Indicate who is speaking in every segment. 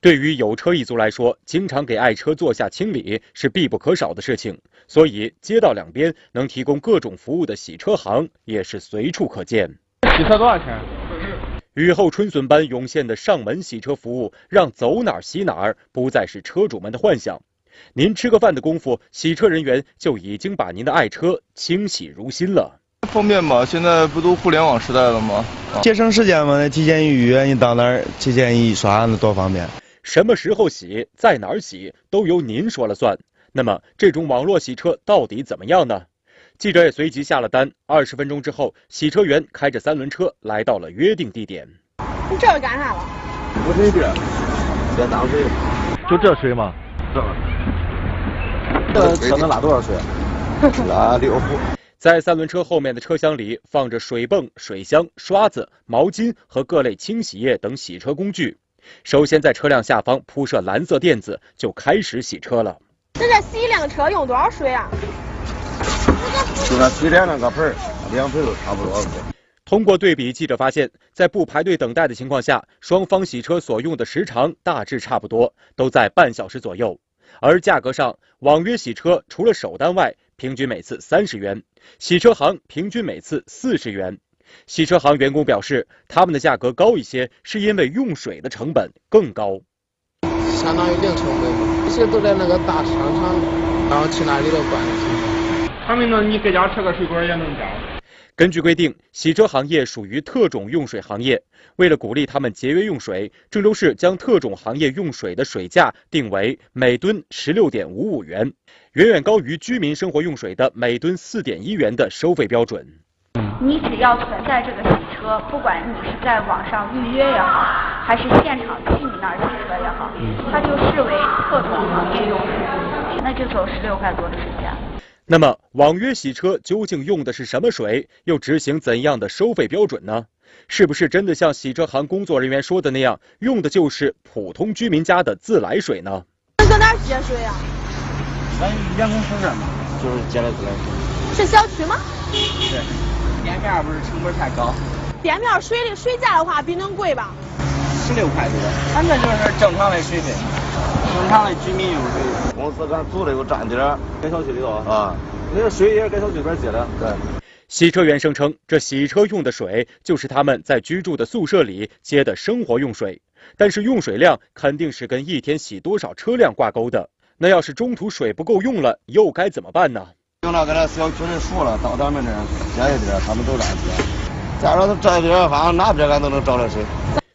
Speaker 1: 对于有车一族来说，经常给爱车做下清理是必不可少的事情，所以街道两边能提供各种服务的洗车行也是随处可见。
Speaker 2: 洗车多少钱？
Speaker 1: 雨后春笋般涌现的上门洗车服务，让走哪儿洗哪儿不再是车主们的幻想。您吃个饭的功夫，洗车人员就已经把您的爱车清洗如新了。
Speaker 3: 方便吧？现在不都互联网时代了吗？啊
Speaker 4: 节省时间嘛，提前预约，你到哪儿提前一刷，那多方便。
Speaker 1: 什么时候洗，在哪儿洗，都由您说了算。那么，这种网络洗车到底怎么样呢？记者也随即下了单。二十分钟之后，洗车员开着三轮车来到了约定地点。
Speaker 5: 你这是干啥了？
Speaker 3: 不这边，别打水，
Speaker 2: 就这水吗？
Speaker 3: 这车能拉多少水？拉六。
Speaker 1: 在三轮车后面的车厢里放着水泵、水箱、刷子、毛巾和各类清洗液等洗车工具。首先在车辆下方铺设蓝色垫子，就开始洗车了。
Speaker 5: 这这洗一辆车用多少水啊？
Speaker 3: 就那水帘那个盆儿，两盆儿都差不多了。
Speaker 1: 通过对比，记者发现，在不排队等待的情况下，双方洗车所用的时长大致差不多，都在半小时左右。而价格上，网约洗车除了首单外，平均每次三十元，洗车行平均每次四十元。洗车行员工表示，他们的价格高一些，是因为用水的成本更高。
Speaker 6: 相当于零成本嘛，这些都在那个大商场，然后去那里头灌。
Speaker 2: 他们那你搁家吃个水果也能加。
Speaker 1: 根据规定，洗车行业属于特种用水行业。为了鼓励他们节约用水，郑州市将特种行业用水的水价定为每吨十六点五五元，远远高于居民生活用水的每吨四点一元的收费标准。
Speaker 7: 你只要存在这个洗车，不管你是在网上预约也好，还是现场去你那儿洗车也好，它就视为特种行业用水，那就走十六块多的时间。
Speaker 1: 那么，网约洗车究竟用的是什么水？又执行怎样的收费标准呢？是不是真的像洗车行工作人员说的那样，用的就是普通居民家的自来水呢？
Speaker 5: 那搁哪儿接水啊？
Speaker 3: 咱员工宿舍嘛，就是接来自来水。
Speaker 5: 是小区吗？
Speaker 6: 店面不是成本太高，
Speaker 5: 店面水的水价的话比恁贵吧？
Speaker 6: 十六块多，咱这就是正常的水费，正常的居民用水。
Speaker 3: 公司咱租了有站点儿，跟小区里头啊。那个水也是跟小区里边接的。对。
Speaker 1: 洗车员声称，这洗车用的水就是他们在居住的宿舍里接的生活用水，但是用水量肯定是跟一天洗多少车辆挂钩的。那要是中途水不够用了，又该怎么办呢？
Speaker 3: 用那个那小区里熟了，到咱们这儿接一点儿，他们都来接。再说他这边反正哪边俺都能找着水。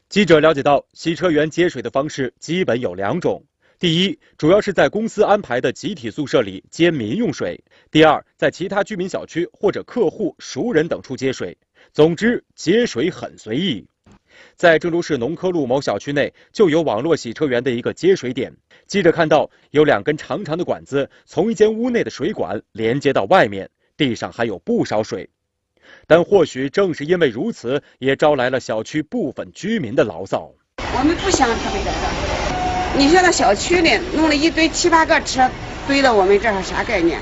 Speaker 1: 记者了解到，洗车员接水的方式基本有两种：第一，主要是在公司安排的集体宿舍里接民用水；第二，在其他居民小区或者客户、熟人等处接水。总之，接水很随意。在郑州市农科路某小区内，就有网络洗车员的一个接水点。记者看到，有两根长长的管子从一间屋内的水管连接到外面，地上还有不少水。但或许正是因为如此，也招来了小区部分居民的牢骚。
Speaker 8: 我们不想他们在这儿。你说那小区里弄了一堆七八个车堆到我们这儿，啥概念？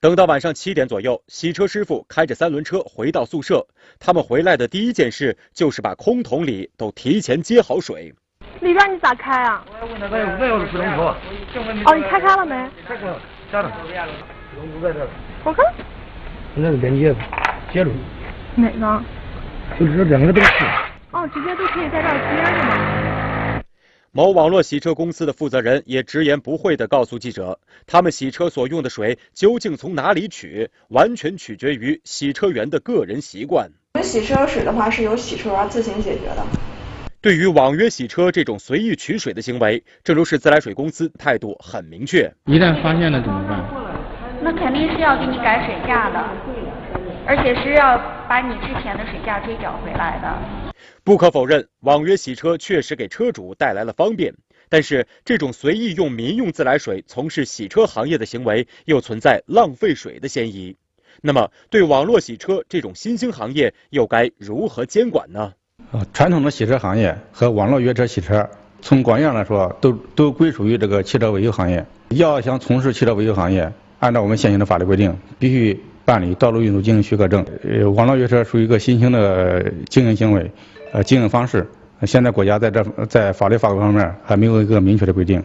Speaker 1: 等到晚上七点左右，洗车师傅开着三轮车回到宿舍。他们回来的第一件事就是把空桶里都提前接好水。
Speaker 5: 里边你咋开啊？
Speaker 2: 没有没有自动车。
Speaker 5: 哦，你开开了没？
Speaker 2: 这个家长。
Speaker 5: 我看
Speaker 2: 那是连接的，接住，
Speaker 5: 哪个？
Speaker 2: 就是这两个东西。
Speaker 5: 哦，直接就可以在这儿接是吗？
Speaker 1: 某网络洗车公司的负责人也直言不讳地告诉记者，他们洗车所用的水究竟从哪里取，完全取决于洗车员的个人习惯。
Speaker 9: 我们洗车水的话是由洗车员自行解决的。
Speaker 1: 对于网约洗车这种随意取水的行为，郑州市自来水公司态度很明确。
Speaker 2: 一旦发现了怎么办？
Speaker 7: 那肯定是要给你改水价的，而且是要把你之前的水价追缴回来的。
Speaker 1: 不可否认，网约洗车确实给车主带来了方便，但是这种随意用民用自来水从事洗车行业的行为，又存在浪费水的嫌疑。那么，对网络洗车这种新兴行业，又该如何监管呢？
Speaker 10: 啊，传统的洗车行业和网络约车洗车，从广义上来说，都都归属于这个汽车维修行业。要想从事汽车维修行业，按照我们现行的法律规定，必须办理道路运输经营许可证。呃，网络约车属于一个新兴的呃经营行为，呃，经营方式，
Speaker 8: 现在国家在这在法律法规方面还没有一个明确的规定。